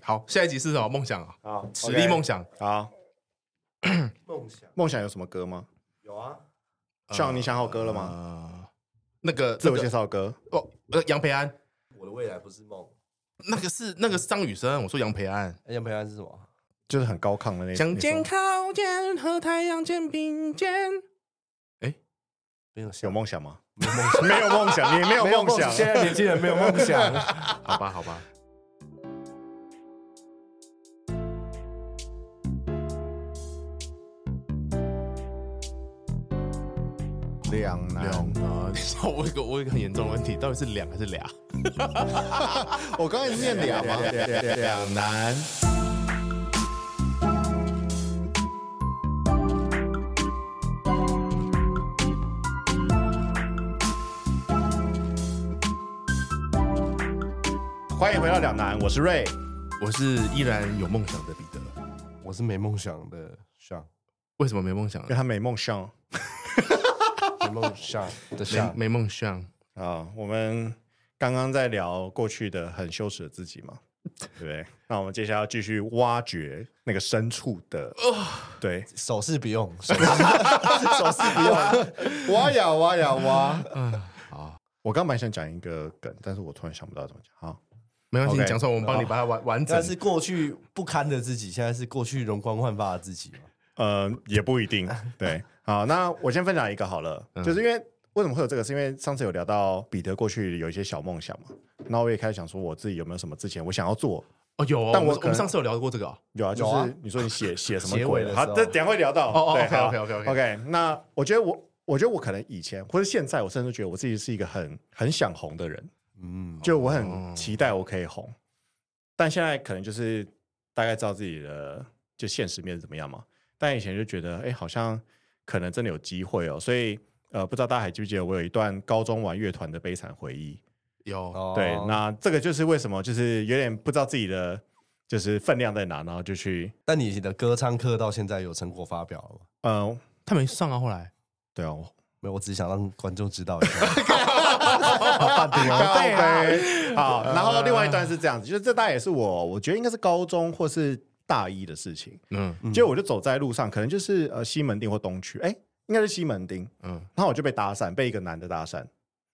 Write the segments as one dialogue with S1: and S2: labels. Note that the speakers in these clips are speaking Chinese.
S1: 好，下一集是什么？梦想啊，
S2: 好，
S1: 实力
S2: OK
S1: 梦想。
S2: 好，
S3: 梦想
S2: 梦想有什么歌吗？
S3: 有啊，
S2: 像你想好歌了吗？
S1: 吗？呃那个
S2: 自
S1: 那
S2: 我介
S1: 个
S2: 绍歌，
S1: 哦，呃，杨培安，
S3: 我的未来不是梦。
S1: 那个是那个是张雨生，我说杨培安。
S3: 哎，杨培安是什么？
S2: 就是很高亢的那
S1: 想
S2: 那
S1: 肩
S2: 种，
S1: 靠肩和太阳肩并肩，
S3: 没有
S2: 有
S3: 想，
S2: 梦想吗？没有梦想，你没有梦想，
S3: 现在年轻人没有梦想。
S1: 好吧，好吧。
S2: 两难。
S1: 呃等一下，我有一个我有一个很严重的问题，到底是两还是俩？
S2: 我刚才是念两吗？啊
S1: 两难。
S2: 欢迎回到两难，我是瑞。
S1: 我是依然有梦想的彼得，
S3: 我是没梦想的想，
S1: 为什么没梦想
S2: 因 为？他没梦想
S3: 没梦想的
S1: 没
S3: 想。
S1: 没梦想。
S2: 啊。我们刚刚在聊过去的很羞耻的自己 嘛，对不对？那我们接下来要继续挖掘那个深处的，
S1: 哦
S2: 对，
S3: 手势不 用，手势手势不用。
S2: 挖呀挖呀挖。
S1: 嗯，好，
S2: 我刚蛮想讲一个梗，但是我突然想不到怎么讲。好，
S1: 没关系，
S2: OK
S1: 你讲出来，我们帮你把它完完整
S3: 但。是过去不堪的自己，现在是过去容光焕发的自己嘛？
S2: 呃，也不 一定。对，好，那我先分享一个好了，
S3: 嗯
S2: 就是因为为什么会有这个，是因为上次有聊到彼得过去有一些小梦想嘛，那我也开始想说我自己有没有什么之前我想要做。
S1: 哦，有哦，
S2: 但
S1: 我
S2: 我
S1: 们
S2: 可
S1: 我们
S2: 能
S1: 上次有聊过这个哦。
S2: 有啊，就
S3: 有啊
S2: 是你说你写写什
S3: 结尾
S2: 么鬼
S3: 的
S2: 的，
S3: 时
S2: 好，
S3: 候
S2: 这等一下会聊到。
S1: 哦
S2: 对
S1: ，OK
S2: 好
S1: OK OK OK。
S2: OK，那我觉得我，我觉得我可能以前或者现在，我甚至觉得我自己是一个很很想红的人，
S3: 嗯，
S2: 就我很
S1: 哦
S2: 期待我可以红，但现在可能就是大概知道自己的就现实面是怎么样嘛。但以前就觉得，哎、好像可能真的有机会哦，所以呃，不知道大家还记不记得我有一段高中玩乐团的悲惨回忆？
S1: 有，
S3: 哦
S2: 对，那这个就是为什么就是有点不知道自己的就是分量在哪，然后就去
S3: 但你的歌唱课到现在有成果发表了吗？
S2: 呃，
S1: 他没上啊，后来。
S2: 对啊，我
S3: 没有，我只是想让观众知道一下。 半途而废啊嗯
S2: 背好，然后另外一段是这样子，就是这大概也是我，我觉得应该是高中或是大一的事情。
S1: 嗯
S3: 嗯
S2: 结果我就走在路上，可能就是呃西门町或东区，哎、应该是西门町。
S1: 嗯，
S2: 然后我就被搭讪，被一个男的搭讪，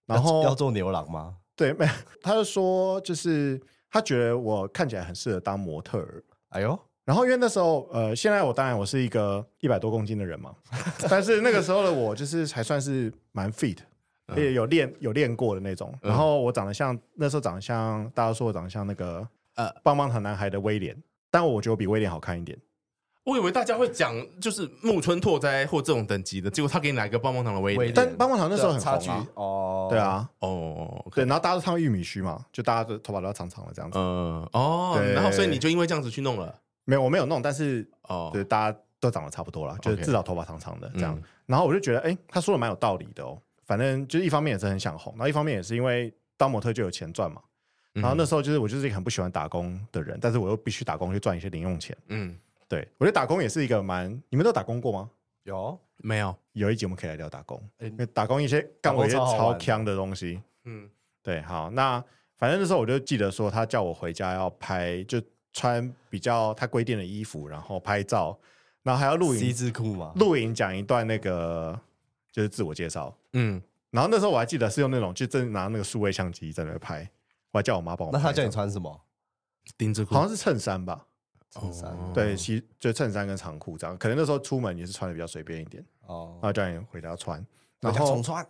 S2: 然后
S3: 要做牛郎吗？
S2: 对，没， 他就说就是他觉得我看起来很适合当模特儿。
S3: 哎呦，
S2: 然后因为那时候，呃，现在我当然我是一个一百多公斤的人嘛， 但是那个时候的我就是还算是蛮 fit，
S1: 嗯
S2: 也有练有练过的那种。
S1: 嗯
S2: 然后我长得像那时候长得像大家说我长得像那个
S1: 呃
S2: 呃棒棒糖男孩的威廉，但我觉得我比威廉好看一点。
S1: 我以为大家会讲就是木村拓哉或这种等级的，结果他给你来一个棒棒糖的威
S3: 威
S1: 廉。
S3: 廉
S2: 但棒棒糖那时候很
S3: 差
S2: 红
S3: 距
S2: 啊，
S3: 哦。
S2: 对，啊，
S1: 哦，
S2: 对，然后大家都烫玉米须嘛，就大家的头发都要长长的这样子。
S1: 嗯，哦，
S2: 对
S1: 然后所以你就因为这样子去弄了。
S2: 没有，我没有弄，但是
S1: 哦，
S2: 对，大家都长得差不多啦，就是
S1: OK
S2: 至少头发长长的这样。
S1: 嗯
S2: 然后我就觉得，哎、他说的蛮有道理的哦。反正就是一方面也是很想红，然后一方面也是因为当模特就有钱赚嘛。
S1: 嗯，
S2: 然后那时候就是我就是一个很不喜欢打工的人，但是我又必须打工去赚一些零用钱。
S1: 嗯
S2: 对我觉得打工也是一个蛮……你们都有打工过吗？
S3: 有
S1: 没有，
S2: 有一集我们可以来聊打工，
S3: 哎
S2: 因为打工一些干我一些
S3: 打工超好玩
S2: 超强的东西。
S1: 嗯
S2: 对，好，那反正那时候我就记得说，他叫我回家要拍，就穿比较他规定的衣服，然后拍照，然后还要录影
S3: C 字裤吗？
S2: 录影讲一段那个就是自我介绍，
S1: 嗯，
S2: 然后那时候我还记得是用那种就真拿那个数位相机在那边拍，我还叫我妈帮我
S3: 那
S2: 哦拍。
S3: 他叫你，穿什么？
S1: 丁字裤
S2: 好像是衬衫吧？
S3: 衬衫
S1: 哦
S2: 对，其就衬衫跟长裤这样，可能那时候出门也是穿的比较随便一点，
S3: 哦
S2: 然，后叫你回家穿，
S3: 我
S2: 然
S3: 叫重
S2: 后
S3: 穿。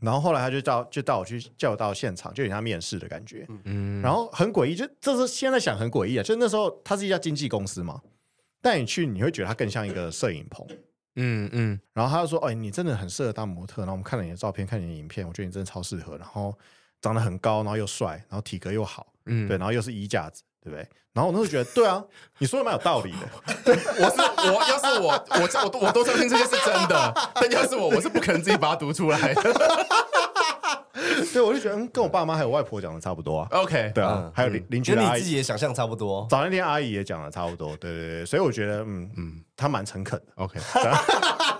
S2: 然后后来他就叫就带我去叫我到现场，就有点像面试的感觉，
S1: 嗯，
S2: 然
S1: 后
S2: 后很诡异，就这是现在想很诡异啊，就那时候它是一家经纪公司嘛，但你去你会觉得它更像一个摄影棚。
S1: 嗯嗯
S2: 然后他就说：“哎、你真的很适合当模特。”然后我们看了你的照片，看了你的影片，我觉得你真的超适合。然后长得很高，然后又帅，然后体格又好，
S1: 嗯，
S2: 对，然后又是衣架子，对不对？然后我那时候觉得，对啊，你说的蛮有道理的。
S1: 我是我，要是我，我我都我都相信这些是真的，但要是我，我是不可能自己把它读出来的。
S2: 对，我就觉得，嗯，跟我爸妈还有外婆讲的差不多 啊。
S1: OK，
S2: 对啊，
S3: 嗯
S2: 还有邻邻居
S3: 跟
S2: 的阿
S3: 你自
S2: 姨，
S3: 己的想象差不多。
S2: 早那天阿姨也讲的差不多。对对对，所以我觉得，嗯嗯，他蛮诚恳的。
S1: OK，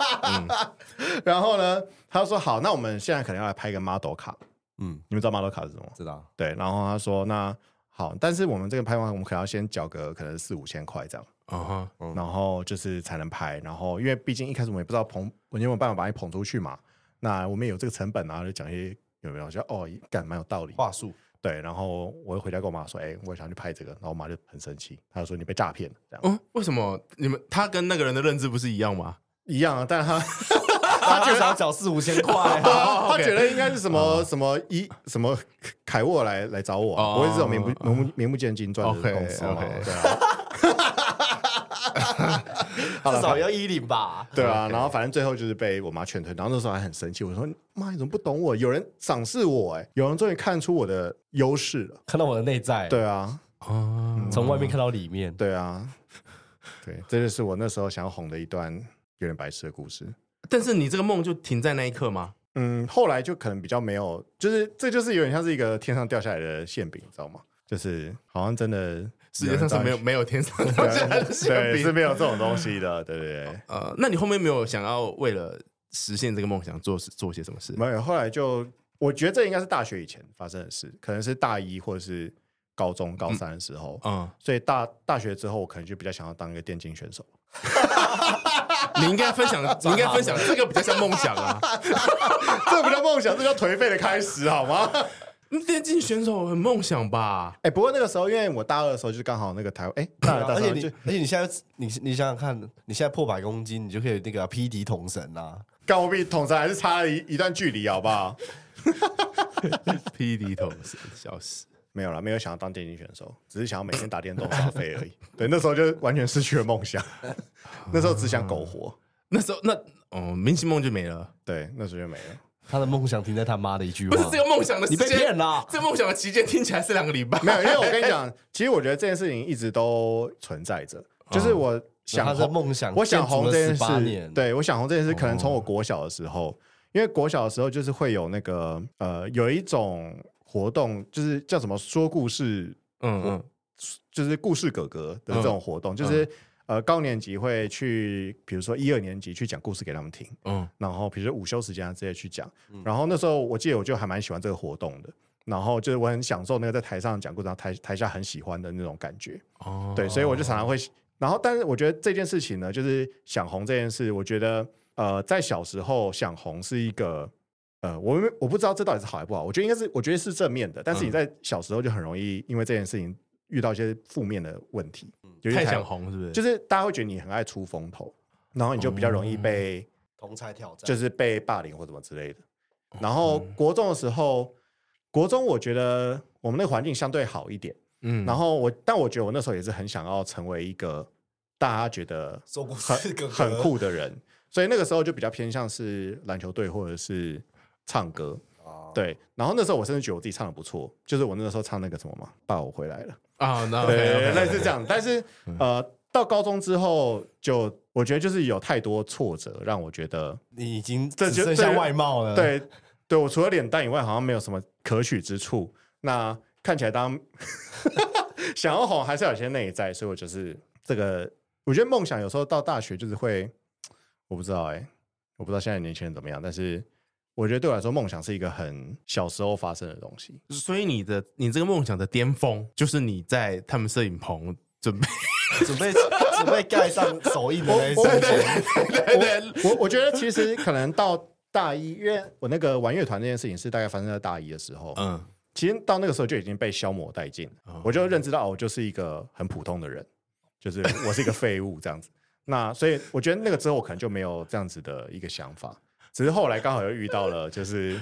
S2: 然后呢，他说：“好，那我们现在可能要来拍一个 model 卡。
S3: 嗯，
S2: 你们知道 model 卡是什么吗？
S3: 知道。
S2: 对，然后他说那好，但是我们这个拍完，我们可能要先缴个可能四五千块这样，
S1: 啊
S3: 嗯
S2: 然后就是才能拍。然后因为毕竟一开始我们也不知道捧，我有没有办法把你捧出去嘛？那我们也有这个成本啊，就讲一些有没有？就哦，干蛮有道理。
S3: 话术，
S2: 对，然后我又回家跟我妈说，哎、我也想去拍这个，然后我妈就很生气，她就说你被诈骗了，这样、
S1: 哦，为什么你们他跟那个人的认知不是一样吗？
S2: 一样啊。但是她
S3: 他至少缴四五 千块
S2: 对
S3: 啊。
S2: 啊，他觉得应该是什么什么一什么凯沃来来找我啊，
S1: 哦
S2: 不会是这种名不名不名不见经传的
S1: OK，
S2: 公司嘛
S1: OK
S2: 对啊，
S3: 至少要一零吧。
S2: 对啊，然后反正最后就是被我妈劝退，然后那时候还很生气，我说妈你怎么不懂我？有人赏识我哎、有人终于看出我的优势了。
S3: 看到我的内
S1: 哎
S3: 在，
S2: 对啊，
S1: 哦，
S3: 从外面看到里面，
S2: 对啊， 对，这就是我那时候想要哄的一段有点白痴的故事。
S1: 但是你这个梦就停在那一刻吗？
S2: 嗯，后来就可能比较没有，就是这就是有点像是一个天上掉下来的馅饼，你知道吗？就是好像真的
S1: 世界上是没有
S2: 人
S1: 没有天上 掉
S2: 找你
S1: 下来的馅
S2: 啊对是
S1: 饼。
S2: 没有这种东西的，对对对。
S1: 呃，那你后面没有想要为了实现这个梦想做做些什么事？
S2: 没有，后来就我觉得这应该是大学以前发生的事，可能是大一或者是高中高三的时候。
S1: 嗯，
S2: 所以大大学之后，我可能就比较想要当一个电竞选手。
S1: 你应该分享，你应该分享这个比较像梦想啊。
S2: 这不叫梦想，这叫颓废的开始，好吗？
S1: 嗯电竞选手很梦想吧？
S2: 哎、不过那个时候，因为我大二的时候就是刚好那个台湾，哎、大二大
S3: 啊而且
S2: 三
S3: 你
S2: 就，
S3: 而且你现在，你你想想看，你现在破百公斤，你就可以那个劈敌同神啊呐。
S2: 跟我比统神还是差了一一段距离，好不好？
S1: 霹雳头神，笑死！
S2: 没有啦，没有想要当电竞选手，只是想要每天打电动耍废而已。 对，那时候就完全失去了梦想， 那时候只想苟活。
S1: 那时候那哦，明星梦就没了，
S2: 对，那时候就没了。
S3: 他的梦想停在他妈的一句话，
S1: 不是这个梦想的时
S3: 你
S1: 间
S3: 被骗了。啊
S1: 这梦想的期间听起来是两个礼拜，
S2: 没有，因为我跟你讲，其实我觉得这件事情一直都存在着，就是我想
S3: 嗯他的
S2: 红，
S3: 梦想，
S2: 我想红这件
S3: 十八
S2: 事，
S3: 年，，哦
S2: 对我想红这件事，可能从我国小的时候，因为国小的时候就是会有那个呃，有一种活动，就是叫什么说故事，
S1: 嗯嗯，
S2: 就是故事哥哥的这种活动，就是。呃，高年级会去，比如说一二年级去讲故事给他们听，
S1: 嗯，
S2: 然后比如说午休时间啊之类去讲。然后那时候我记得我就还蛮喜欢这个活动的，然后就是我很享受那个在台上讲故事，然后台台下很喜欢的那种感觉。
S1: 哦，
S2: 对，所以我就常常会，然后但是我觉得这件事情呢，就是想红这件事，我觉得呃，在小时候想红是一个。呃，我没我不知道这到底是好还不好，我觉得应该是，我觉得是正面的。但是你
S1: 嗯
S2: 在小时候就很容易因为这件事情遇到一些负面的问题，有
S1: 嗯
S2: 些
S1: 太
S2: 台
S1: 想红是不是？
S2: 就是大家会觉得你很爱出风头，然后你就比较容
S1: 哦
S2: 易被、
S3: 同才挑战，
S2: 就是被霸凌或什么之类的。然后
S1: 哦
S2: 国中的时候，国中我觉得我们那个环境相对好一点。
S1: 嗯
S2: 然后我，但我觉得我那时候也是很想要成为一个大家觉得
S3: 说故事哥
S2: 很
S3: 哥
S2: 很酷的人，所以那个时候就比较偏向是篮球队或者是唱歌。
S3: 啊，
S2: 对，然后那时候我甚至觉得我自己唱的不错，就是我那个时候唱那个什么嘛，爸我回来了。
S1: 啊，
S3: 哦
S1: 那
S2: 对，类
S1: OK，OK，
S2: 似这样。但是
S3: 嗯
S2: 呃，到高中之后，就我觉得就是有太多挫折，让我觉得
S3: 你已经
S2: 这
S3: 只
S2: 就
S3: 剩
S2: 这
S3: 下
S2: 就
S3: 外貌了，，
S2: 对对，我除了脸蛋以外，好像没有什么可取之处。那看起来当 想要红，还是有些内在，所以我就是这个。我觉得梦想有时候到大学就是会，我不知道哎、我不知道现在年轻人怎么样，但是我觉得对我来说，梦想是一个很小时候发生的东西。
S1: 所以你的你这个梦想的巅峰，就是你在他们摄影棚准备，
S3: 准备准备盖上手印的那一
S2: 我我
S3: 瞬
S1: 对对，
S2: 我我觉得其实可能到大一，因为我那个玩乐团这件事情是大概发生在大一的时候，
S1: 嗯，
S2: 其实到那个时候就已经被消磨殆尽了，
S1: 哦
S2: 我就认知到哦我就是一个很普通的人，就是我是一个废物这样子。 那所以我觉得那个之后我可能就没有这样子的一个想法，只是后来刚好又遇到了，就是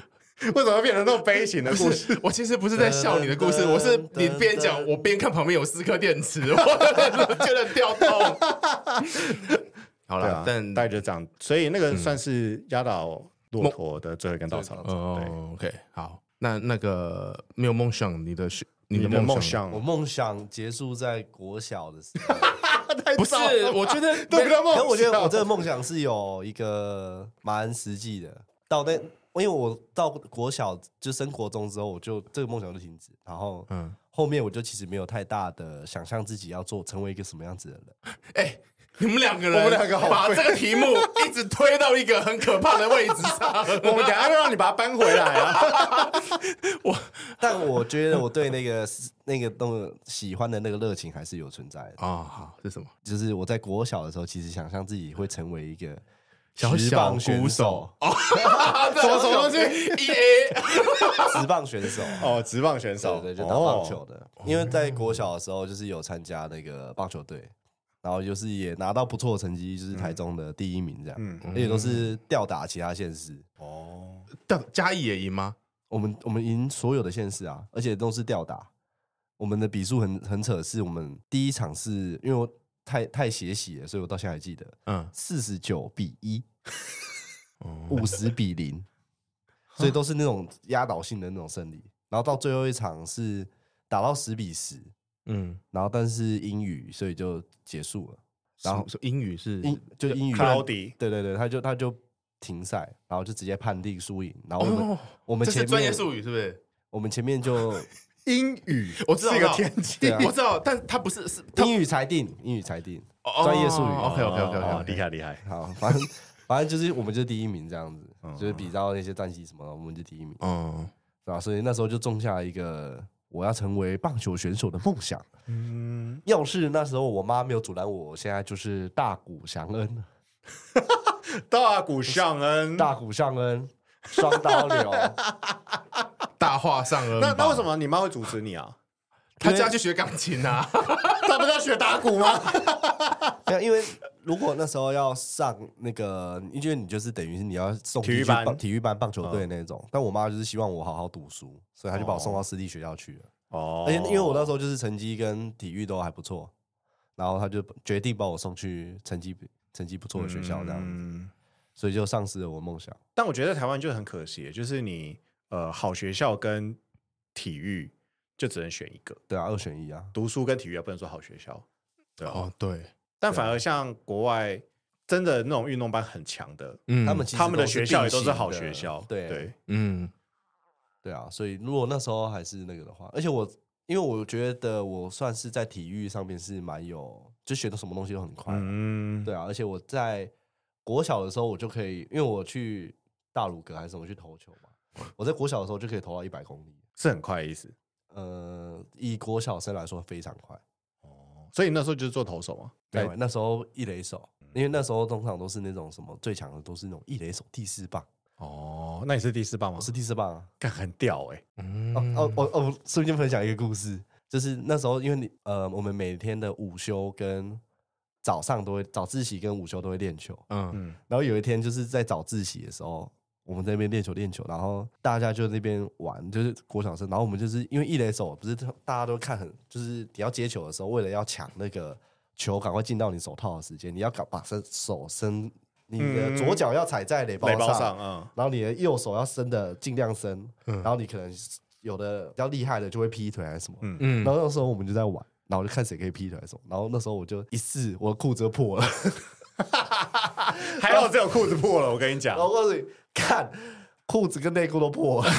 S2: 为什么变成那么悲情的故事？
S1: 我其实不是在笑你的故事，我是你边讲，我边看旁边有四颗电池， 我觉得很掉痛。 好
S2: 对啊
S1: 了，，但
S2: 大概就这样，所以那个算是压倒骆驼的最后一根稻草了。对，
S1: 哦，OK，好，那那个没有梦想，你的是你的
S2: 梦
S1: 想
S2: 想
S3: 间，我梦想结束在国小的时候，
S1: 不是？我 觉 得
S2: 对不对？梦
S3: 可
S2: 想，
S3: 是我觉得我这个梦想是有一个蛮实际的。到那，因为我到国小就升国中之后，我就这个梦想就停止，然后
S1: 嗯
S3: 后面我就其实没有太大的想象自己要做成为一个什么样子的人。
S1: 哎，你们两个人，
S2: 我们两个好
S1: 把
S2: 废
S1: 这个题目一直推到一个很可怕的位置 上。
S2: 我们等一下又让你把它搬回来啊！
S3: 但我觉得我对那个那个东喜欢的那个热情还是有存在的。
S1: 哦，好，是什么？
S3: 就是我在国小的时候，其实想象自己会成为一个
S1: 小
S3: 直
S1: 小
S3: 棒选
S1: 鼓
S3: 手
S1: 手，
S2: 啊
S1: 什么什么东西？E A
S3: 直棒选手。
S2: 哦，直棒选手，哦
S3: 对对，就打
S1: 哦
S3: 棒球的。因为在国小的时候，就是有参加那个棒球队，然后就是也拿到不错的成绩，
S1: 嗯
S3: 就是台中的第一名这样，
S2: 嗯
S3: 而且都是吊打其他县市。
S2: 哦。
S1: 但嘉义也赢吗？
S3: 我们我们赢所有的县市啊，而且都是吊打。我们的比数很很扯，是我们第一场是因为我太太血洗了，所以我到现在还记得
S1: 嗯，
S3: 四十九比一，五十比 零，所以都是那种压倒性的那种胜利。然后到最后一场是打到十比十，
S1: 嗯，
S3: 然后但是英语，所以就结束了。
S1: 然
S3: 然
S1: 后
S3: 后
S1: 英语是
S3: 英就英语，
S2: 克劳迪
S3: 对对对，他就他就停赛，然后就直接判定输赢。然后我们、
S1: 哦，
S3: 我们
S1: 这
S3: 前
S1: 是
S3: 面
S1: 专业术语是不是？
S3: 我们前 面就
S2: 英语，
S1: 我知道
S2: 是一个
S1: 我知道
S2: 天气
S3: 对啊
S1: 我知道，但它不是是它
S3: 英语裁定，英语裁定。
S1: 哦
S3: 专业术语
S1: OK OK OK
S2: 哦
S1: OK，
S2: 厉害厉害。
S3: 好，反正反正就是我们就是第一名这样子，
S1: 嗯
S3: 就是比到那些战绩什么的，我们就第一名，
S1: 哦，
S3: 对吧？所以那时候就种下一个我要成为棒球选手的梦想。
S2: 嗯，
S3: 要是那时候我妈没有阻拦我，我现在就是大谷翔恩了。
S2: 大谷上恩，
S3: 大谷上恩，双刀流。 哦
S1: 大话上恩。
S2: 那那为什
S1: 么
S2: 么你妈会阻止你啊？
S1: 他家去学钢琴啊？
S2: 她不是要学打鼓吗？
S3: 没有，因为如果那时候要上那个，因为你就是等于是你要送
S2: 体育
S3: 进去
S2: 班嗯
S3: 棒体育班棒球队那种。但我妈就是希望我好好读书，所以她就把我送到私立学校去了。
S2: 哦
S3: 而且因为我那时候就是成绩跟体育都还不错，然后她就决定把我送去成绩成绩不错的学校这样子，
S2: 嗯
S3: 所以就丧失了我的梦想。
S2: 但我觉得在台湾就很可惜，就是你呃好学校跟体育就只能选一个，
S3: 对啊，二选一啊，
S2: 读书跟体育也不能说好学校，对啊。
S1: 哦，对，
S2: 但反而像国外真的那种运动班很强的，
S1: 嗯
S3: 他们其实
S2: 他们的
S3: 都是
S2: 学校也都
S3: 并
S2: 是
S3: 行
S2: 好
S3: 的
S2: 学校，
S3: 对
S2: 对，
S1: 嗯
S3: 对啊，所以如果那时候还是那个的话，而且我因为我觉得我算是在体育上面是蛮有，就学的什么东西都很快啊、
S2: 嗯，
S3: 对啊，而且我在国小的时候，我就可以，因为我去大鲁阁还是什么去投球嘛，我在国小的时候就可以投到一百公里。
S2: 是很快的意思。
S3: 呃，以国小生来说非常快。哦
S2: 所以你那时候就是做投手嘛，
S3: 对，那时候一垒手，因为那时候通常都是那种什么最强的，都是那种一垒手第四棒，
S2: 哦，那你是第四棒吗
S3: 我？是第四棒啊。
S2: 干很屌哎，
S1: 嗯
S3: 哦哦哦哦，顺便分享一个故事，就是那时候因为你呃，我们每天的午休跟早上都会早自习跟午休都会练球，
S1: 嗯
S2: 嗯，
S3: 然后有一天就是在早自习的时候，我们在那边练球练球，然后大家就那边玩，就是国小生，然后我们就是因为一垒手不是大家都看很，就是你要接球的时候，为了要抢那个球赶快进到你手套的时间，你要搞把伸手伸，你的左脚要踩在垒包
S2: 垒包
S3: 上
S2: 上，嗯，
S3: 然后你的右手要伸的尽量伸，然后你可能有的比较厉害的就会劈腿还是什么，
S2: 嗯
S1: 嗯
S3: 然后那时候我们就在玩，然后就看谁可以劈腿还是什么，然后那时候我就一试，我的裤子就破 了。嗯
S2: 还好只有裤子破了，我跟你讲
S3: 然，后告诉你，看裤子跟内裤都破了，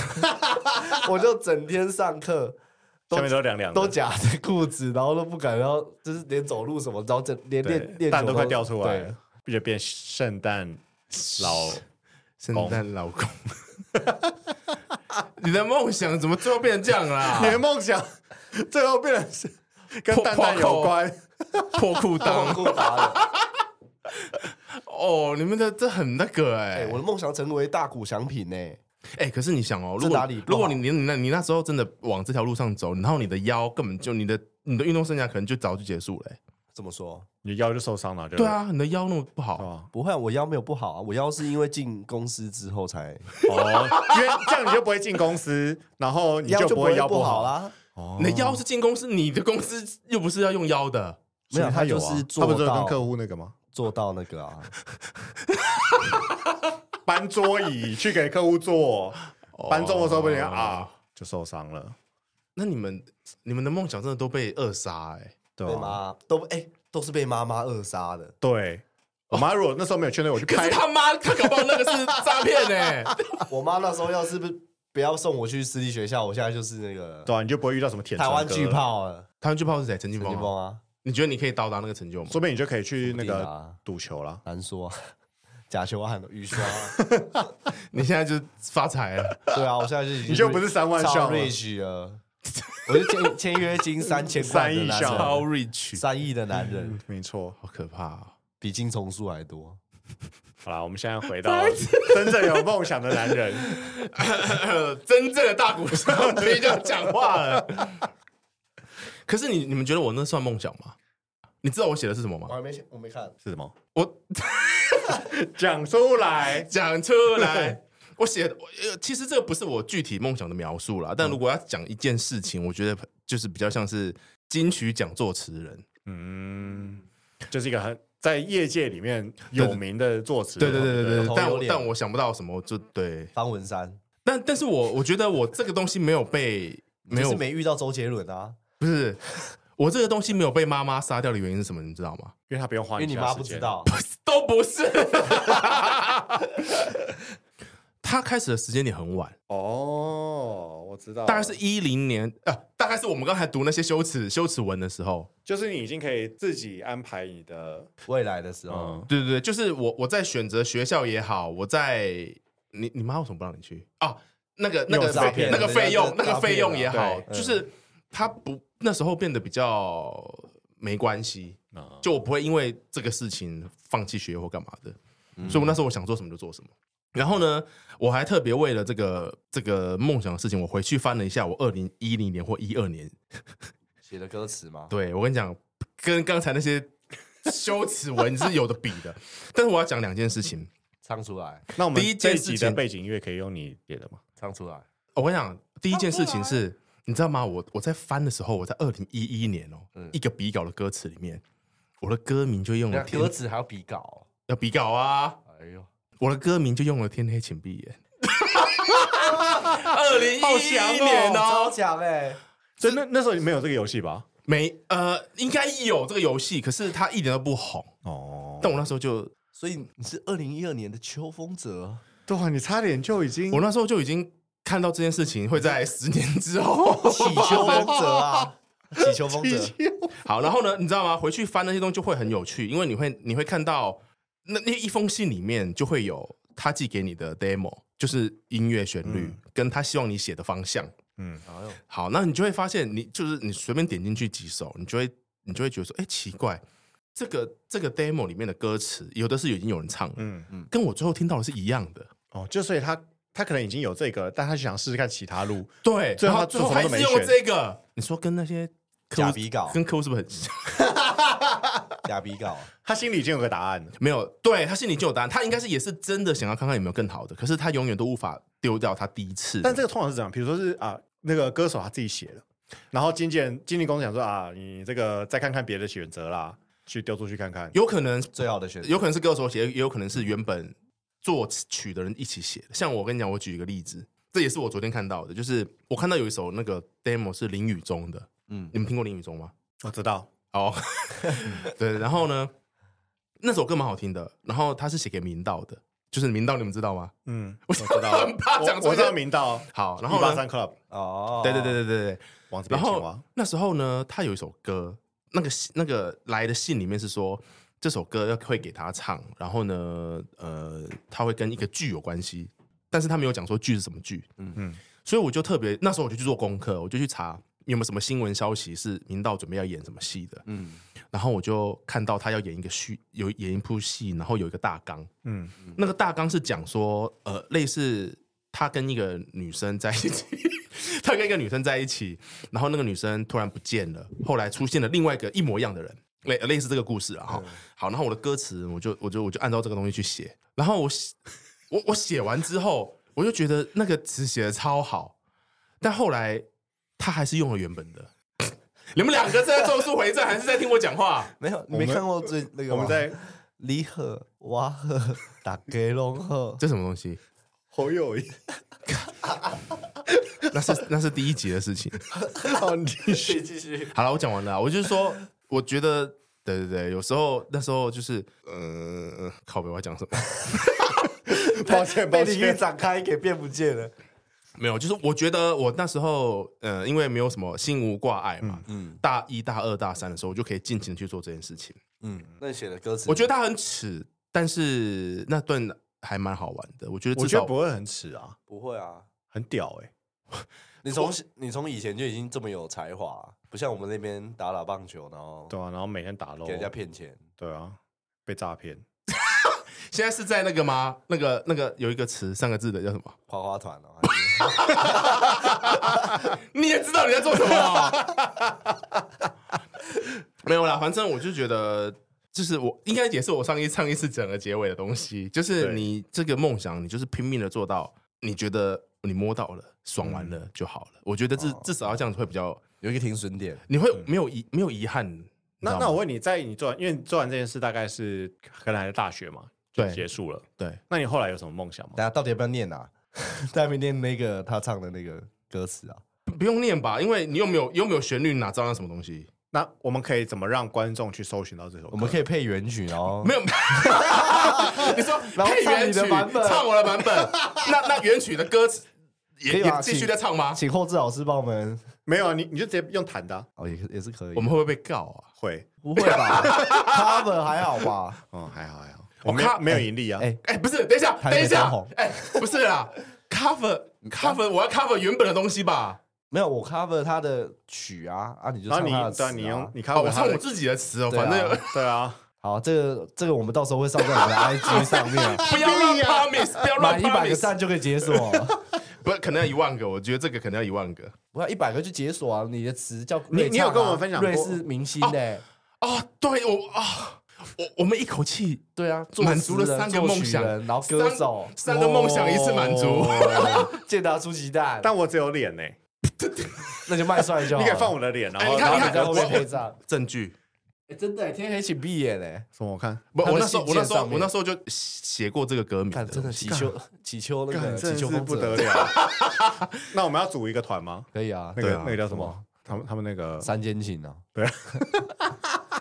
S3: 我就整天上课
S2: 下面都凉凉的，
S3: 都夹着裤子，然后都不敢，然后就是连走路什么，然后整连练
S2: 对，
S3: 练
S2: 蛋
S3: 球
S2: 都快掉出来
S3: 对
S2: 了，并且变圣诞老
S1: 圣诞老公， 你的梦想怎么最后变成这样啦？
S2: 你的梦想最后变成是跟蛋蛋有关，
S1: 破裤
S3: 破
S1: 裆
S3: 裤衩了。
S1: 哦，你们的这很那个
S3: 哎，
S1: 哎
S3: 我的梦想成为大谷翔平呢，
S1: 哎，可是你想哦，
S3: 这
S1: 如果
S3: 哪里不好
S1: 如果你你你那你那时候真的往这条路上走，然后你的腰根本就你的你的运动生涯可能就早就结束了哎。
S3: 怎么说？
S2: 你腰就受伤了，就
S1: 对，啊，你的腰那么不好，
S2: 哦，
S3: 不会啊，我腰没有不好啊，我腰是因为进公司之后才
S2: 哦，因为这样你就不会进公司，然后你
S3: 腰
S2: 就
S3: 就
S2: 会腰
S3: 腰不
S2: 好
S3: 好。啦。
S2: 哦
S1: 你的腰是进公司，你的公司又不是要用腰的。
S3: 没有，
S2: 所以他
S3: 就
S2: 啊
S3: 是
S2: 他
S3: 做
S2: 不是有跟
S3: 到
S2: 客户那个吗？
S3: 做到那个啊，
S2: 搬桌椅去给客 户坐，
S3: 哦
S2: 搬重的时候不行啊，就受伤了，
S1: 那你们你们的梦想真的都被扼杀哎、
S2: 对
S3: 被
S2: 吧？
S3: 妈都哎都是被妈妈扼杀的。
S2: 对，我妈如果那时候没有劝退我去
S1: 可
S2: 开
S1: 是，他妈，他搞不好那个是诈骗 哎！
S3: 我妈那时候要是不不要送我去私立学校，我现在就是那个
S2: 对啊，你就不会遇到什么舔
S3: 台湾
S2: 船哥
S3: 巨，炮了，
S1: 台湾巨炮是谁？陈金
S3: 陈
S1: 峰
S3: 金
S1: 啊、
S3: 峰啊，
S1: 你觉得你可以到达那个成就吗？
S2: 说不定你就可以去那
S3: 说不定
S2: 个
S3: 啊
S2: 赌球啦。
S3: 难说啊， 假球啊，雨刷啊，
S1: 你现在就发财 了，
S3: 对啊，我现在就已经
S2: 你就不是三万
S3: 超
S2: 笑了
S3: rich 了，我是签签约金三千万的男人
S2: 三亿笑
S1: 超 rich，
S3: 三亿的男人
S2: 嗯没错，
S1: 好可怕哦！
S3: 比金虫数还多。
S2: 好啦，我们现在回到 真正有梦想的男人。
S1: 真正的大股 商可以这样讲话 了。可是你你们觉得我那算梦想吗？你知道我写的是什么吗？
S3: 还没我没看，
S2: 是什么？
S1: 我。
S2: 讲出来
S1: 讲出 来。我写的，我呃其实这个不是我具体梦想的描述啦，但如果要讲一件事情，我觉得就是比较像是金曲讲座词人。
S2: 嗯，就是一个很在业界里面有名的作词
S1: 对
S2: 人。
S1: 对对对
S3: 有
S1: 对，
S3: 头
S1: 但
S3: 有
S1: 我
S3: 脸
S1: 但我想不到什么，就对。
S3: 方文山
S1: 但但是我我觉得我这个东西没有被没
S3: 就
S1: 有
S3: 是没遇到周杰伦啊，
S1: 不是我这个东西没有被妈妈杀掉的原因是什么？你知道吗？
S2: 因为他不用花
S3: 因为你
S2: 其他
S3: 妈
S2: 啊时
S3: 不知
S2: 间。
S3: 道，
S1: 都不是。 他开始的时间点很晚，
S2: 哦，我知道了，
S1: 大概是一零年啊，大概是我们刚才读那些羞耻羞耻文的时候。
S2: 就是你已经可以自己安排你的，
S3: 未来的时候，
S2: 嗯，
S1: 对对对，就是我我在选择学校也好，我在你你妈为什么不让你去啊？那个那个
S3: 又诈骗
S1: 费那个费用
S3: 人家
S1: 那
S3: 就
S1: 个费用也好，
S2: 诈骗
S1: 就
S3: 了
S1: 是他不那时候变得比较没关系，
S2: 嗯就
S1: 就我不会因为这个事情放弃学业或干嘛的，所以我那时候我想做什么就做什么。然后呢，我还特别为了这个这个梦想的事情，我回去翻了一下我二零一零年或一二年
S3: 写的歌词吗？
S1: 对我跟你讲，跟刚才那些羞耻文是有的比的。但是我要讲两件事情。
S3: 唱出来，
S2: 那我们
S1: 第一
S2: 这
S1: 件
S2: 一
S1: 事情
S2: 集的背景音乐可以用你写的吗？
S3: 唱出来，
S1: 我跟你讲，第一件事情是，你知道吗？我我在翻的时候，我在二零一一年哦、
S3: 嗯
S1: 一个比稿的歌词里面，我的歌名就用了
S3: 那
S1: 天
S3: 歌词还要比稿，
S1: 要比稿啊，
S3: 哎呦，
S1: 我的歌名就用了“天黑请闭眼”。 二零
S2: 好
S1: 一
S2: 强哦
S1: 一年
S3: 超
S1: 哦、
S3: 强哎，
S2: 所以那那时候你没有这个游戏吧？
S1: 没呃，应该有这个游戏，可是它一点都不红。
S2: 哦，
S1: 但我那时候就
S3: 所以你是二零一二年的秋风 者，
S2: 对啊，你差点就已经
S1: 我那时候就已经看到这件事情会在十年之后
S3: 起秋风者 啊，起秋风者，
S1: 好，然后呢，你知道吗？回去翻那些东西就会很有趣，因为你会你会看到那那一封信里面就会有他寄给你的 demo，就是音乐旋律、跟他希望你写的方向。
S2: 嗯，
S3: 哎呦，
S1: 好，那你就会发现你就是你随便点进去几首，你就会你就会觉得说，哎、奇怪，这个这个 demo 里面的歌词有的是已经有人唱了，
S2: 嗯
S1: 跟我最后听到的是一样的。
S2: 哦，就所以他他可能已经有这个，但他就想试试看其他路。
S1: 对，
S2: 最后
S1: 然
S2: 他
S1: 最后
S2: 做什
S1: 还
S2: 么都
S1: 是
S2: 没
S1: 用
S2: 选啊
S1: 这个，你说跟那些客户
S3: 假比稿
S1: 跟客户是不是很像？
S3: 假比稿，
S2: 他心里已经有个答案了。
S1: 没有，对他心里就有答案，他应该是也是真的想要看看有没有更好的，可是他永远都无法丢掉他第一次。
S2: 但这个通常是怎样？比如说是啊，那个歌手他自己写的，然后经纪人、经纪公司想说啊，你这个再看看别的选择啦，去丢出去看看。
S1: 有可能，
S3: 最好的选择，
S1: 有可能是歌手写，也有可能是原本作曲的人一起写的。像我跟你讲，我举一个例子，这也是我昨天看到的，就是我看到有一首那个 demo 是林宇中的，
S3: 嗯
S1: 你们听过林宇中吗？
S2: 我知道，
S1: 哦， 对，然后呢，那首歌蛮好听的，然后他是写给明道的，就是明道，你们知道吗？
S2: 嗯，
S1: 我
S2: 知道
S1: 很怕讲
S2: 我
S1: 错
S2: 我知道明道，
S1: 好，然后
S2: 八
S1: 呢
S2: 三？club
S3: 哦，
S1: 对对对对对对。
S2: 王子
S1: 然
S2: 变青
S1: 后
S2: 蛙，
S1: 那时候呢，他有一首歌，那个信那个来的信里面是说这首歌要会给他唱，然后呢，呃，他会跟一个剧有关系，但是他没有讲说剧是什么剧，嗯嗯
S2: 嗯，
S1: 所以我就特别那时候我就去做功课，我就去查有没有什么新闻消息是明道准备要演什么戏的，
S3: 嗯，
S1: 然后我就看到他要演一个戏，有演一部戏，然后有一个大纲，
S2: 嗯，
S1: 那个大纲是讲说，呃，类似他跟一个女生在一起， 他跟一个女生在一起，然后那个女生突然不见了，后来出现了另外一个一模一样的人，类类似这个故事啊哈。好，然后我的歌词，我就我就我就按照这个东西去写，然后我写我我写完之后，我就觉得那个词写的超好，但后来他还是用了原本的。 你们两个是在咒术回战，还是在听我讲话？
S3: 没有，你没
S2: 们
S3: 看过最那个吗
S2: 我们在
S3: 离合、瓦合、打给龙合，
S1: 这什么东西？
S2: 侯友谊，
S1: 那是那是第一集的事情。
S2: 好，你继续
S3: 继续
S1: 好了，我讲完了啊。我就是说， 我觉得，对对对，有时候那时候就是，呃，靠北我要讲什么？
S2: 抱歉抱
S3: 被领域
S2: 歉，
S3: 展开给变不见了。
S1: 没有，就是我觉得我那时候，呃，因为没有什么心无挂碍嘛，
S4: 嗯
S1: 大一、大二、大三的时候，我就可以尽情的去做这件事情。
S4: 嗯，
S3: 那你写的歌词，
S1: 我觉得它很耻，但是那段还蛮好玩的。我觉得
S2: 我
S1: 至
S2: 觉
S1: 少
S2: 得不会很耻啊，
S3: 不会啊。
S2: 很屌哎、
S3: 你从你从以前就已经这么有才华、不像我们那边打打棒球，然后
S2: 对啊，然后每天打 l
S3: 给人家骗钱。
S2: 对啊，被诈骗，
S1: 现在是在那个吗？那个那个有一个词三个字的叫什么？
S3: 花花团哦、还是
S1: 你也知道你在做什么、啊 没有啦，反正我就觉得，就是我应该也是我上一上一次整个结尾的东西，就是
S2: 对
S1: 你这个梦想，你就是拼命的做到，你觉得你摸到了，爽完
S3: 嗯
S1: 了就好了。我觉得至
S3: 哦
S1: 至少要这样子会比较，
S3: 有一个停损点，
S1: 你会没有遗没有遗憾。你知
S2: 那
S1: 道
S2: 那我
S1: 吗
S2: 问你，在你做完，因为你做完这件事大概是可能还在大学嘛，就
S1: 对
S2: 结束了。
S1: 对
S2: 那你后来有什么梦想吗？
S3: 大家到底要不要念啊？ 大家没念那个他唱的那个歌词啊？
S1: 不不用念吧，因为你又没有又没有旋律，哪知道那什么东西？
S2: 那我们可以怎么让观众去搜寻到这首歌？
S3: 我们可以配原曲哦。
S1: 没有， 你说
S3: 然后
S1: 配
S3: 唱
S1: 原
S3: 你
S1: 曲
S3: 的版本
S1: 唱我的版本，那那原曲的歌词
S3: 可
S1: 也
S3: 以吧
S1: 也继续
S3: 请
S1: 在唱吗？
S3: 请后置老师帮我们
S2: 没有啊，你你就直接用弹的啊、
S3: 哦，也是也是可以。
S1: 我们会不会被告啊？
S2: 会，
S3: 不会吧？Cover 还好吧？
S2: 嗯，还好还好，
S1: 我
S2: 我没有
S1: 看
S2: 没有盈利啊。
S3: 哎
S1: 哎、不是，等一下，等
S3: 台北
S1: 一下
S3: 当红，
S1: 哎、不是 啦，cover cover，我要 cover 原本的东西吧？
S3: 没有，我 cover 他的曲啊，啊，你就
S2: 然后
S3: 唱
S2: 你
S3: 他的
S2: 对啊，
S3: 词
S2: 你
S3: 啊
S2: 用。你看
S1: 啊，我
S2: 他
S1: 唱我
S2: 的，
S1: 自己的词哦，
S3: 对啊
S1: 反正
S2: 对啊，
S3: 好，这个这个我们到时候会上在我们的 IG 上面，
S1: 不要乱 promise，不要
S3: 满
S1: 乱
S3: 一百个
S1: promise，
S3: 赞就可以解锁。
S1: 不是，可能要一万个，我觉得这个可能要一万个。
S3: 不要一百个就解锁啊！你的词叫
S2: 你
S3: 瑞
S2: 你有
S3: 唱啊
S2: 跟我们分享过
S3: 瑞士明星嘞、
S1: 哦，对我啊、我我们一口气
S3: 对啊，作
S1: 满足了
S3: 词人
S1: 三个
S3: 作曲
S1: 梦想
S3: 人然后歌
S1: 三
S3: 手，
S1: 三个梦想一次满足，
S3: 哦健达出奇蛋，
S2: 但我只有脸呢、
S3: 那就卖帅就好
S2: 啊你
S3: 了。
S2: 可以放我的脸，然后
S1: 哎你
S3: 然
S1: 看
S3: 后
S1: 你
S3: 你
S1: 看
S3: 在后面
S1: 我
S3: 配唱。
S1: 证据。
S3: 哎，真的，天黑请闭眼欸嘞！
S2: 什么？我看
S1: 不，
S3: 他的
S1: 我那时候我
S3: 信
S1: 那
S3: 件
S1: 时候
S3: 上面
S1: 我那时候就写过这个歌名
S3: 看，真的
S1: 东西
S3: 祈求祈求那
S2: 干
S3: 个
S2: 真
S3: 祈
S2: 的
S3: 求
S2: 是
S3: 风
S2: 不得 了。那我们要组一个团吗？
S3: 可以啊，
S2: 那个
S1: 对啊
S2: 那个叫什么？他们他们那个
S3: 三间情啊。
S2: 对，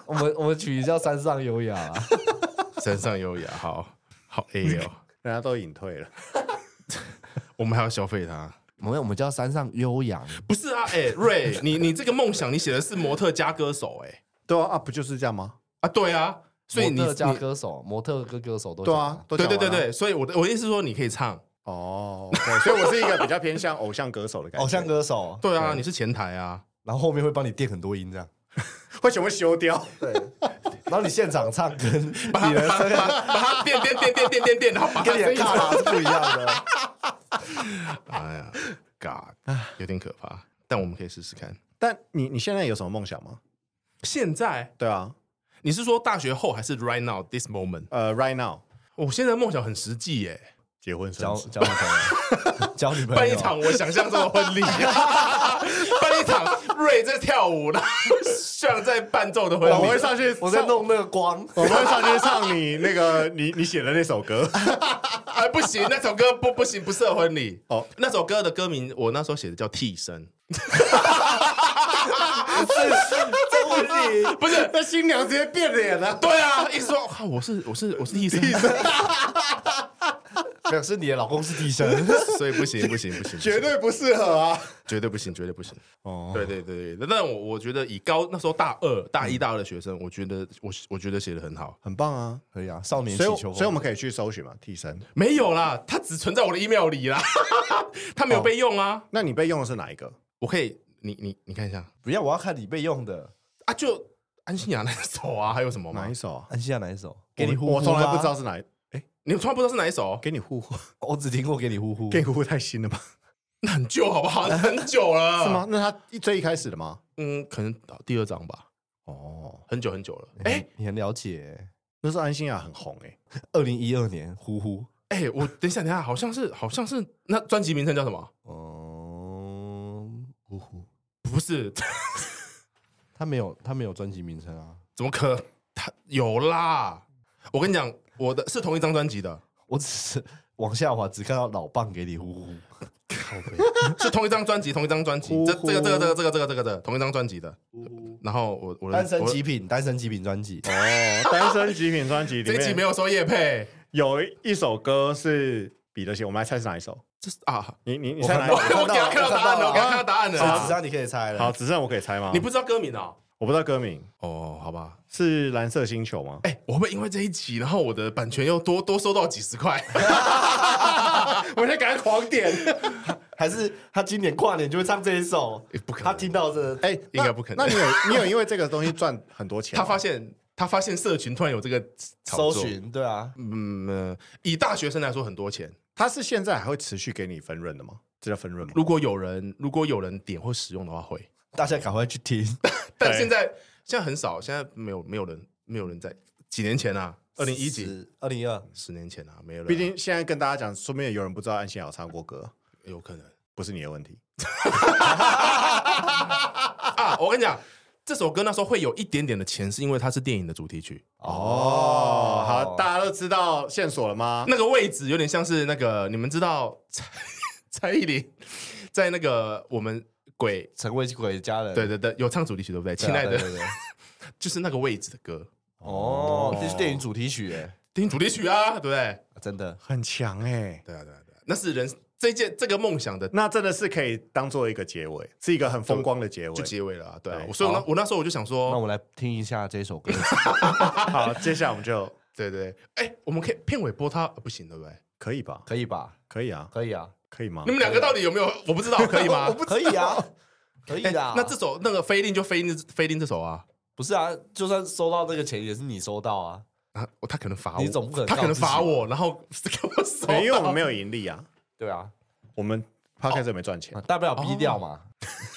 S3: 我们我们曲叫山上优雅啊，
S1: 山上优雅，好好 A 哦，
S2: 人家都隐退了，
S1: 我们还要消费它。
S3: 没有，我们叫山上悠扬。
S1: 不是啊，哎、瑞，你你这个梦想，你写的是模特加歌手、哎
S2: 对啊，啊不就是这样吗？
S1: 啊，对啊，所以你
S3: 模特加
S1: 你
S3: 歌手，模特跟歌手都
S2: 对
S3: 讲
S2: 啊，，都
S1: 对对
S2: 讲完
S1: 对
S2: 了
S1: 对，所以我的我的意思是说，你可以唱，
S2: 哦，OK，所以我是一个比较偏向 偶像歌手的感觉，
S3: 偶像歌手，
S1: 对啊，你是前台啊，
S3: 然后后面会帮你垫很多音这样。
S2: 会全部修掉，
S3: 对，然后你现场唱跟你的声
S1: 把把它垫垫垫垫垫垫垫，然后把它
S3: 跟你的卡拉是不一样的。
S1: 哎呀，God，有点可怕，但我们可以试试看。
S2: 但你你现在有什么梦想吗？
S1: 现在
S2: 对啊，
S1: 你是说大学后还是 right now this moment？
S2: 呃，right now
S1: 我现在梦想很实际耶、
S2: 结婚生
S3: 交
S2: 子，
S3: 交女朋友，交女 朋友，
S1: 办一场我想象中的婚礼，办一场瑞在跳舞，然后像在伴奏的婚礼，
S2: 我会上去，
S3: 我在
S2: 上，
S3: 弄那个 光，
S2: 我们会上去唱你 那个你你写的那首歌，
S1: 哎，不行，那首歌不不行，不适合婚礼。
S2: 哦
S1: 哦，那首歌的歌名我那时候写的叫《替身
S3: 这问题》，
S1: 不是？
S2: 那新娘直接变脸了，
S1: 对 啊，一直说哇我是我是我是替身，
S3: 没有是你的老公是替身，
S1: 所以不行不行不行，
S2: 绝对不适合啊。
S1: 绝对不行，绝对不行。
S2: 哦，
S1: 对对对对，但我我觉得以高那时候大二大
S2: 嗯
S1: 一大二的学生，我觉得我我觉得写的很好。
S2: 很棒啊，
S3: 可以啊，少年
S2: 所以
S3: 祈求，
S2: 我所以我们可以去搜寻嘛，替身。
S1: 没有啦，它只存在我的 email 里啦， 它
S2: 哦
S1: 没有被用啊。
S2: 那你被用的是哪一个？
S1: 我可以，你你你看一下
S3: 不要，我要看你备用的，
S1: 啊，就安心雅那首啊，还有什么
S2: 哪
S1: 吗
S2: 一？首啊？
S3: 安西亚哪一首？给你呼呼
S2: 我从来不
S3: 吗
S2: 知道，是哪一，
S1: 你突然不知道是哪一首？
S2: 给你互呼，
S3: 我只听过给你呼呼
S2: 给。你呼呼太新了吧？
S1: 那很旧好不 好？很久了，
S2: 是？吗？那他一最一开始的吗？
S1: 嗯，可能到第二章吧。
S2: 哦，
S1: 很久很久了。哎、
S3: 哎，你很了解。
S2: 那是安心亚很红哎，
S3: 二零一二年呼呼，
S1: 哎、我等一下，等一下，好像是好像是那专辑名称叫什么？
S3: 嗯，呼呼，
S1: 不是，
S3: 他没有他没有专辑名称啊，
S1: 怎么可？他有啦！我跟你讲，我的是同一张专辑的，
S3: 我只是往下滑，只看到老棒给你呼呼。
S1: 是同一张专辑，同一张专辑。这这个这个这个这个这个这个的，同一张专辑的。然后我我的哦
S3: 单身
S1: 我
S3: 极品，单身极品专辑，
S2: 哦，单身极品专辑里
S1: 这一集没
S2: 面
S1: 有收叶配，
S2: 有一首歌是比这些，我们来猜是哪一首？
S1: 这是啊，
S2: 你你你
S3: 我
S2: 猜
S3: 看
S2: 哪一
S3: 到
S1: 我
S2: 首？
S1: 我给他看到答案了，我给他看到答案
S3: 所以
S1: 了
S3: 只。要你可以猜了。
S2: 好，只剩我可以猜吗？
S1: 你不知道歌名哦？
S2: 我不知道歌名，
S1: 哦，好吧。
S2: 是蓝色星球吗？
S1: 哎，我会不会因为这一集，然后我的版权又多多收到几十块？
S2: 我现在赶快狂点。
S3: 还是他今年跨年就会唱这一首
S1: 也？不可能
S3: 他听到这，
S2: 哎，
S1: 应该
S2: 那
S1: 不可能
S2: 那你有你有因为这个东西赚很多钱吗？
S1: 他发现他发现社群突然有这个炒
S3: 搜
S1: 作，
S3: 寻，对啊，
S1: 嗯，呃以大学生来说很多钱。
S2: 他是现在还会持续给你分润的吗？这叫分润吗？
S1: 如果有人如果有人点或使用的话会，
S3: 大家赶快去听。
S1: 但
S2: 对
S1: 现在现在很少，现在没有没有人没有人在几年前啊， 二零一几
S3: 十？二零一二？
S1: 十年前啊，没有人啊，
S2: 毕竟现在跟大家讲，说不定有人不知道安心瑶唱过歌，
S1: 有可能
S2: 不是你的问题。
S1: 啊。我跟你讲，这首歌那时候会有一点点的钱，是因为它是电影的主题曲，
S2: 哦，好，大家都知道线索了吗？
S1: 那个位置有点像是那个你们知道 蔡蔡依林在那个我们鬼。
S3: 成为鬼家人。
S1: 对对对，有唱主题曲对不对？
S3: 对啊，
S1: 亲爱的，
S3: 对 对对
S1: 就是那个位置的歌，
S3: 哦，这是电影主题曲，哎，
S1: 电影主题曲啊，对不对？
S3: 真的。
S2: 很强哎、
S1: 对啊，对啊，对啊，那是人这件这个梦想的
S2: 那真的是可以当做一个结尾，是一个很风光的结尾
S1: 就。结尾了啊。对啊
S2: 对，
S1: 我所以我那
S3: 好
S1: 我那时候我就想
S3: 那
S1: 说，
S3: 我们来听一下这首歌，
S2: 好，接下来我们就
S1: 对对，哎，我们可以片尾播它，呃不行对不对？
S3: 啊
S2: 可以吧？
S3: 可以吧？
S2: 可以啊，
S3: 可以啊，
S2: 可以吗
S1: 你？们两个到底有没有？我不知道， 可以 吗？
S3: 可以啊，可以
S1: 哎
S3: 啊。
S1: 那这首那个飞令就飞令飞令这首啊。
S3: 不是啊？就算收到这个钱，也是你收到啊。
S1: 啊，我他可能罚我，
S3: 你总不可能
S1: 他可能
S3: 告自己啊
S1: 罚
S3: 吧
S1: 我，然后给我手
S2: 没，因为我
S1: 到
S2: 们没有盈利啊，
S3: 对啊，
S2: 我们 podcast 也没赚钱
S3: 啊。大不
S1: 哦
S3: 了逼掉嘛。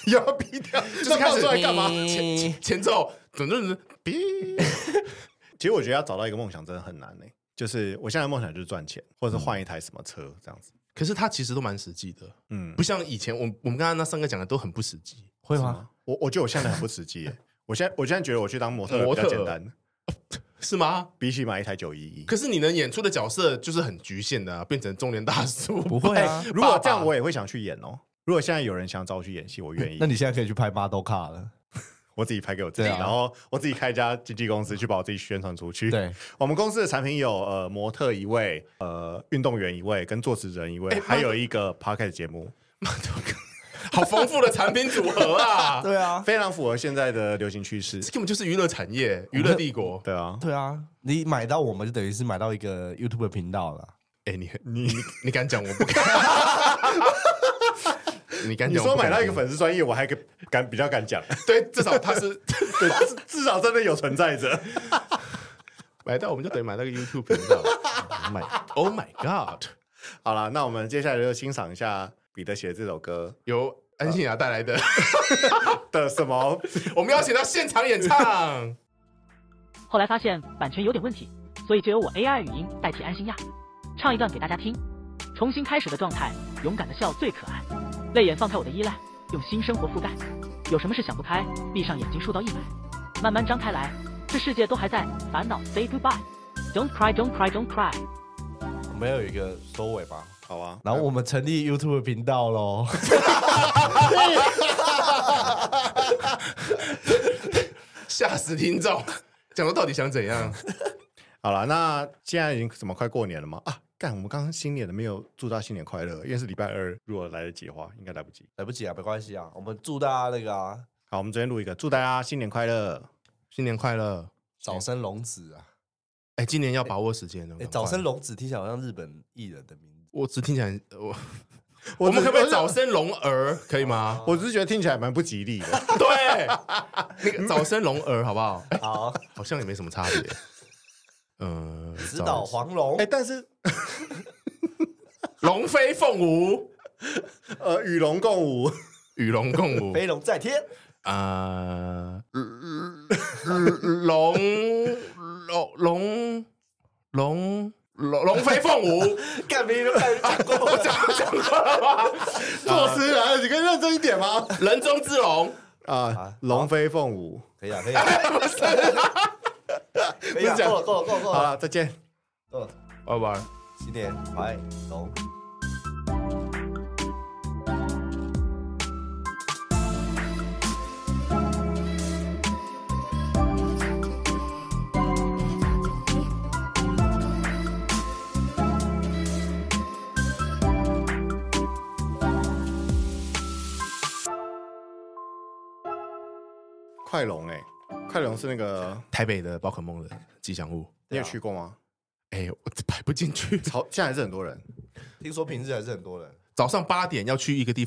S1: 又要逼掉，就是
S2: 那
S1: 开
S2: 放
S1: 始
S2: 出来
S3: 干嘛
S1: 前前前奏，总之逼，
S2: 其实我觉得要找到一个梦想真的很难呢、欸就是我现在的梦想就是赚钱，或者是换一台什么车这样子。
S1: 可是他其实都蛮实际的，
S2: 嗯
S1: 不，像以前我我们刚刚那三个讲的都很不实际。
S3: 会
S2: 是？吗我我觉得我现在很不实 际耶、我现在我现在觉得我去当模特儿
S1: 模
S2: 比
S1: 特
S2: 较简单，
S1: 是吗？
S2: 比起买一台九一一。
S1: 可是你能演出的角色就是很局限的、啊，变成中年大叔。
S3: 不会啊。
S2: 哎如果这
S1: 爸
S2: 样，
S1: 爸
S2: 我也会想去演哦。如果现在有人想找我去演戏，我愿意
S3: 那。你现在可以去拍 model 卡了。
S2: 我自己拍给我自己，
S3: 对啊
S2: 然后我自己开一家经纪公司去把我自己宣传出 去。，
S3: 对，
S2: 我们公司的产品有呃模特一位，呃运动员一位，跟作词人一位，
S1: 哎
S2: 还
S1: 妈
S2: 有一个 podcast 节目，
S1: 好丰富的产品组合啊！
S3: 对啊，
S2: 非常符合现在的流行趋势
S1: 这。根本就是娱乐产业，娱乐帝国。
S2: 对啊，
S3: 对啊。你买到我们就等于是买到一个 YouTube 频道了。
S1: 哎、你你你敢讲，我不敢。 你敢
S2: 你
S1: 讲？
S2: 说
S1: 我不
S2: 买
S1: 敢
S2: 到一个粉丝专业，我还敢比较 敢讲，
S1: 对，至少他是
S2: 对，至至少真的有存在着。
S1: 买到，我们就等于买到一个 YouTube 频道。买 Oh my God，
S2: 好了，那我们接下来就欣赏一下彼得写的这首歌
S1: 由安心雅带来的，
S2: 的什么
S1: 我们邀请到现场演唱。
S4: 后来发现版权有点问题，所以就由我 AI 语音代替安心亚，唱一段给大家听。重新开始的状态，勇敢的笑最可爱，泪眼放开我的依赖，用新生活覆盖。有什么事想不开，闭上眼睛数到一百，慢慢张开来，这世界都还在，烦恼 say goodbye。Don't cry, don't cry, don't cry。
S3: 我们要有一个收尾吧。
S2: 好啊，
S3: 然后我们成立 YouTube 频道喽。
S1: 吓死听众！讲说到底想怎样？
S2: 好了，那现在已经怎么快过年了吗？啊，干，我们刚刚新年的没有祝大家新年快乐，因为是礼拜二，如果来得及的话，应该来不及。
S3: 来不及啊，没关系啊。我们祝大家那个啊，
S2: 好，我们昨天录一个，祝大家新年快乐。
S1: 新年快乐！
S3: 早生龙子啊。
S1: 哎、今年要把握时间哦。
S3: 哎，
S1: 赶快
S3: 早生，龙子听起来好像日本艺人的名 字。
S1: 我只听起来我。
S2: 我
S1: 我们可不可以
S2: 只
S1: 早？生龙儿，可以吗？
S2: 我只是觉得听起来蛮不吉利的。
S1: 对，那个早生龙儿好不好？哎
S3: 好，
S1: 好像也没什么差 别。呃，
S3: 指导
S1: 早
S3: 黄龙
S2: 哎、。但是
S1: 龙飞凤舞，
S2: 呃，与龙共舞，
S1: 与龙共舞。
S3: 飞龙在天，
S1: 呃，龙龙龙龙龙龙飞凤舞，
S3: 干别人都看讲过
S1: 我讲我讲过了吧？
S2: 作词
S1: 啊
S2: 人，你可以认真一点吗？
S1: 人中之龙，
S2: 啊，龙飞凤舞。
S3: 可以啊，可 以啊，可以啊，够了，够了，够了，够
S2: 好
S3: 了，
S2: 了，再见。
S3: 够了，
S1: 拜拜。
S3: 新年快龙。
S5: 「
S2: 快龙哎、快龙是那个
S1: 台北的宝可梦的吉祥物。
S2: 你有去过吗？
S1: 哎，我摆不进去。
S2: 超现在还是很多人，
S3: 听说平日还是很多人，
S1: 早上八点要去一个地